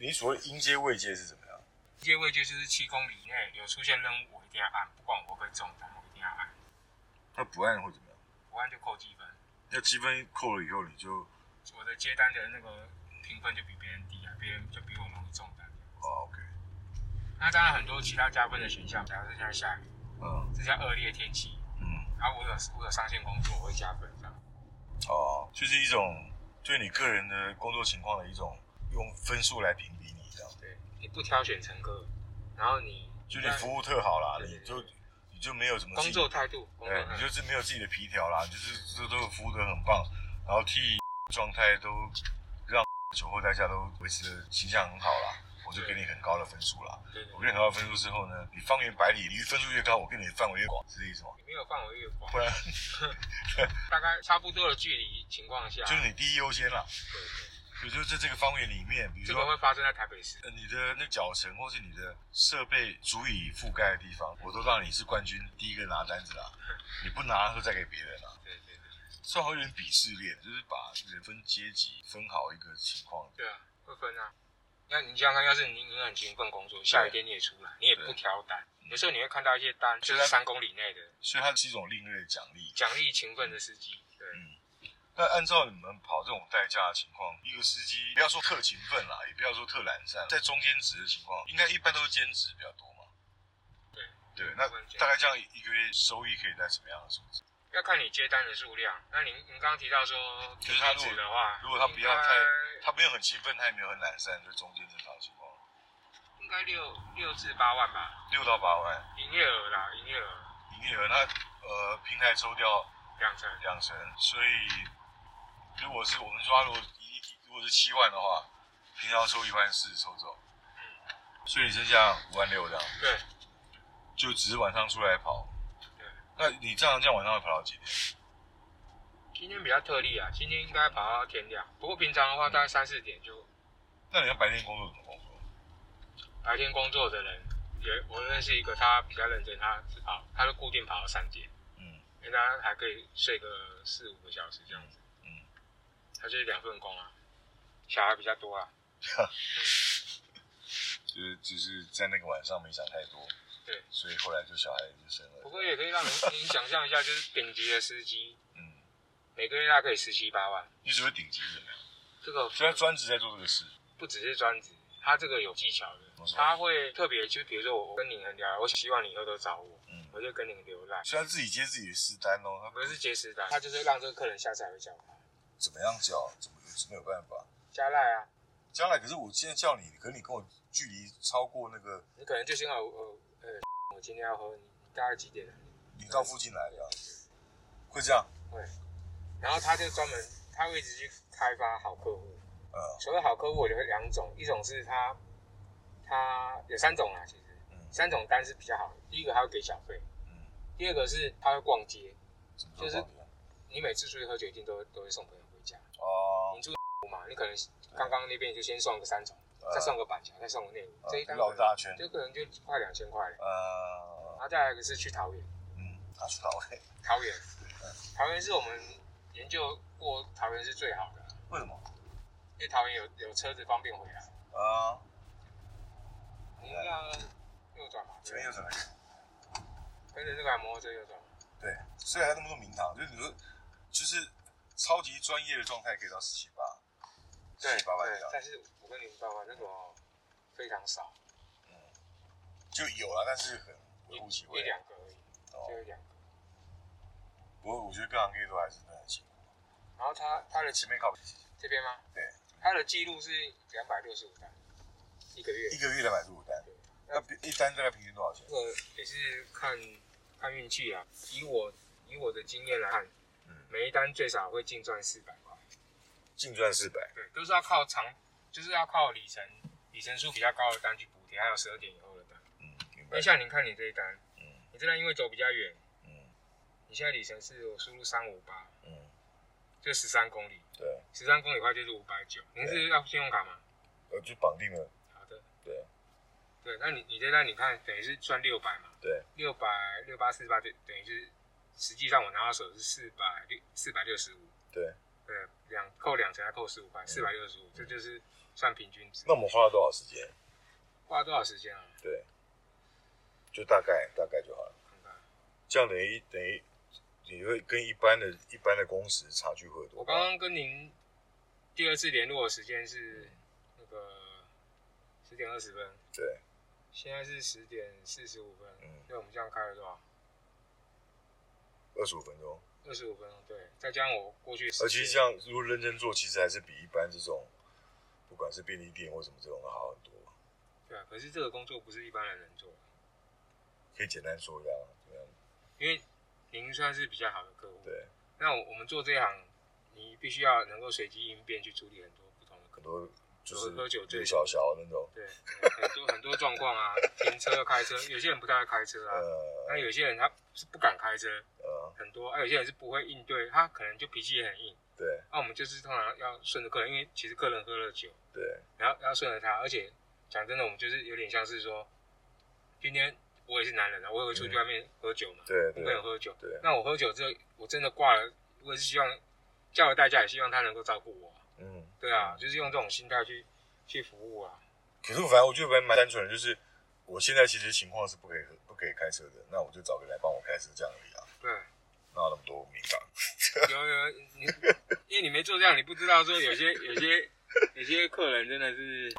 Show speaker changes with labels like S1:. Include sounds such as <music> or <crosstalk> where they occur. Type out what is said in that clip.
S1: 你所谓音阶位阶是怎么样？
S2: 一些位阶就是七公里以内有出现任务，我一定要按，不管我会不会中弹，我一定要按，
S1: 他不按会怎么样？
S2: 不按就扣积分。
S1: 那积分扣了以后，你就哦
S2: 我的接单的那个评分就比别人低啊，别人就比我容易中弹。
S1: 哦，OK，
S2: 啊那当然很多其他加分的选项，假如说现在下雨，
S1: 嗯
S2: 这叫恶劣天气，
S1: 嗯，
S2: 然后我有我有上线工作，我会加分这样。
S1: 哦，就是一种对你个人的工作情况的一种用分数来评比你这样，
S2: 对，你不挑选乘客，然后你
S1: 就你服务特好啦，
S2: 对
S1: 你
S2: 对
S1: 就
S2: 对
S1: 你就没有什么自
S2: 工
S1: 己
S2: 作态度，工作
S1: 对，
S2: 态
S1: 你
S2: 度
S1: 就是没有自己的皮条啦，就是这都服务的很棒，然后替 <laughs> 状态都让 <laughs> 球后代价都维持的形象很好啦，我就给你很高的分数啦。
S2: 对对
S1: 我给你很高的分数之后呢，你方圆百里，你分数越高，我给你的范围越广，是这意思吗？
S2: 你没有范围越广
S1: 不，然 <laughs>
S2: 大概差不多的距离情况下，
S1: 就是你第一优先啦。
S2: 对对，
S1: 比如说在这个方圆里面，比如
S2: 这个
S1: 说
S2: 会发生在台北市。
S1: 呃你的那脚程或是你的设备足以覆盖的地方，我都让你是冠军第一个拿单子啦。你不拿就再给别人啦。
S2: 对对对，
S1: 算好有点鄙视链，就是把人分阶级分好一个情况。
S2: 对啊，会分啊。那你想想看，要是你你很勤奋工作，下
S1: 啊
S2: 雨天你也出来，你也不挑单，
S1: 嗯
S2: 有时候你会看到一些单就是三公里内的
S1: 所以它是一种另类的奖励。
S2: 奖励勤奋的司机，
S1: 嗯
S2: 对，
S1: 那按照你们跑这种代驾的情况，一个司机不要说特勤奋啦，也不要说特懒散，在中间值的情况，应该一般都是兼职比较多嘛。
S2: 对
S1: 对，那大概这样一个月收益可以在什么样的数字？
S2: 要看你接单的数量。那您您刚刚提到说
S1: 就是他如果
S2: 低龄子的话，
S1: 如果他不要
S2: 应该
S1: 太，他没有很勤奋，他也没有很懒散，就中间正常情况，
S2: 应该六六至八万吧，
S1: 六到八万
S2: 营业额啦，营业额
S1: 营业额，那呃平台抽掉
S2: 两成，
S1: 两成，所以如果是我们抓如果一一如果是七万的话，平常抽一万四抽走，所以你剩下五万六这样，
S2: 对
S1: 就只是晚上出来跑。
S2: 对。
S1: 那你这样这样晚上会跑到几点？
S2: 今天比较特例啊，今天应该跑到天亮，不过平常的话大概三四点就
S1: 那你要白天工作怎么工作？
S2: 白天工作的人，也我认识一个，他比较认真，他是跑，他就固定跑到三点，
S1: 嗯
S2: 因为他还可以睡个四五个小时这样子。
S1: 嗯，
S2: 他就是两份工啊，小孩比较多啊。
S1: 就是就是在那个晚上没想太多，
S2: 对，
S1: 所以后来就小孩就生
S2: 不
S1: 了。
S2: 过也可以让您您想象一下，就是顶级的司机，
S1: 嗯，
S2: 每个月大概可以十七八万。
S1: 你只会顶级怎么样？
S2: 这个
S1: 虽然专职在做这个事，
S2: 不只是专职，他这个有技巧的
S1: 没，错
S2: 他会特别就比如说我我跟你很聊，我希望你以后都找我，
S1: 嗯，
S2: 我就跟你浏览。
S1: 虽然自己接自己的私单哦，他
S2: 不是接私单，他就是让这个客人下次还会叫他
S1: 怎么样教，怎么怎么有办法？
S2: 加赖啊，
S1: 将来可是我现在叫你，可是你跟我距离超过那个，
S2: 你可能就是因为我呃呃，我今天要喝，你大概几点来？
S1: 你到附近来的啊，会这样？
S2: 会。然后他就专门，他会一直去开发好客户。
S1: 呃，
S2: 所谓好客户，我觉得两种，一种是他他有三种啊，其实
S1: 嗯
S2: 三种单是比较好的。第一个他会给小费，
S1: 嗯，
S2: 第二个是他会逛街，
S1: 怎么说逛街？
S2: 你每次出去喝酒一定都会都会送朋友回家。
S1: 哦，
S2: 嘛，你可能刚刚那边就先送个三重，
S1: 呃
S2: 再送个板桥，再送个内湖，这一单
S1: 绕啊大圈，
S2: 这可能就快两千块了。然
S1: 呃，
S2: 后再来一个是去桃园，
S1: 嗯，他去到 <laughs> 位，
S2: 桃园，
S1: 呃
S2: 桃园是我们研究过桃园是最好的，
S1: 为什么？
S2: 因为桃园有有车子方便回来。
S1: 啊，
S2: 你要右转嘛，
S1: 前面啊有什么？
S2: 跟着那个摩托车右转。
S1: 对，所以还那么多名堂，就是你说，就是超级专业的状态可以到十七八，
S2: 对
S1: 十八万
S2: 对
S1: 这样，
S2: 但是我跟你们爸爸那种哦非常少，
S1: 就有了，但是很
S2: 一
S1: 微乎其
S2: 一
S1: 微。
S2: 两个而已，
S1: 哦
S2: 就一两个。
S1: 不过我觉得各行各业都还是很辛苦，
S2: 然后他他的
S1: 前面靠
S2: 这边吗？
S1: 对，
S2: 他的记录是两百六十五单一个月
S1: 一，个月两百多单，那一单大概平均多少钱
S2: 这？个也是看看运气啊。以我以我的经验来看，
S1: 嗯
S2: 每一单最少会净赚四百块。
S1: 净赚四百。
S2: 对，都是要靠长，就是要靠里程里程数比较高的单去补贴，还有十二点以后的单。
S1: 嗯，明
S2: 因
S1: 白
S2: 为。像你看你这一单，
S1: 嗯
S2: 你这单因为走比较远，
S1: 嗯
S2: 你现在里程是我输入三五八，
S1: 嗯，
S2: 就十三公里，
S1: 对，
S2: 十三公里的话就是五百九。您是要信用卡吗？
S1: 我就绑定了。
S2: 好的，
S1: 对
S2: 对，那你你这单你看等于是赚六百嘛，
S1: 对，
S2: 六百六八四八就等于是实际上我拿到手是四百六四百六十五，
S1: 对，
S2: 对，两扣两成还扣十五块，四百六十五，这就是算平均值。
S1: 那我们花了多少时间？
S2: 花了多少时间啊？
S1: 对，就大概大概就好了。
S2: 看看，
S1: 这样等于等于你会跟一般的一般的工时差距会有多
S2: 我
S1: 大
S2: 刚？刚跟您第二次联络的时间是那个十点二十分，
S1: 对，
S2: 现在是十点四十五分。
S1: 嗯，
S2: 对，我们这样开了多少？
S1: 二十五分钟。
S2: 二十五分钟，对，再加上我过去的时
S1: 而
S2: 间，
S1: 其实这样，如果认真做，其实还是比一般这种，不管是便利店或什么这种的好很多。
S2: 对啊，可是这个工作不是一般人能做的，
S1: 可以简单说一下吗？怎么样？
S2: 因为您算是比较好的客户，
S1: 对，
S2: 那我我们做这一行，你必须要能够随机应变去处理很多不同的客
S1: 很
S2: 户，
S1: 多就是
S2: 喝酒醉
S1: 有小小那种，
S2: 对，很多很多状
S1: <laughs>
S2: 况啊，停车要开车，有些人不太会开车啊，
S1: 呃
S2: 那有些人他是不敢开车，
S1: 呃，
S2: 很多，啊有些人是不会应对，他可能就脾气也很硬，啊
S1: 对
S2: 那、我们就是通常要顺着客人，因为其实客人喝了酒，
S1: 对
S2: 然后要顺着他，而且讲真的，我们就是有点像是说，今天我也是男人啊，我也会出去
S1: 嗯
S2: 外面喝酒嘛，
S1: 对
S2: 我跟
S1: 对
S2: 人喝酒，
S1: 对，
S2: 那我喝酒之后，我真的挂了，我也是希望叫了代驾，也希望他能够照顾我啊、
S1: 嗯。
S2: 对啊，就是用这种心态去去服务啊。
S1: 可是我反正我觉得蛮蛮单纯的，就是我现在其实情况是不可以喝不可以开车的，那我就找个人来帮我开车这样而已啊，
S2: 对，
S1: 哪有那么多敏感？
S2: 有有你，因为你没做这样，你不知道说有些有些有些客人真的是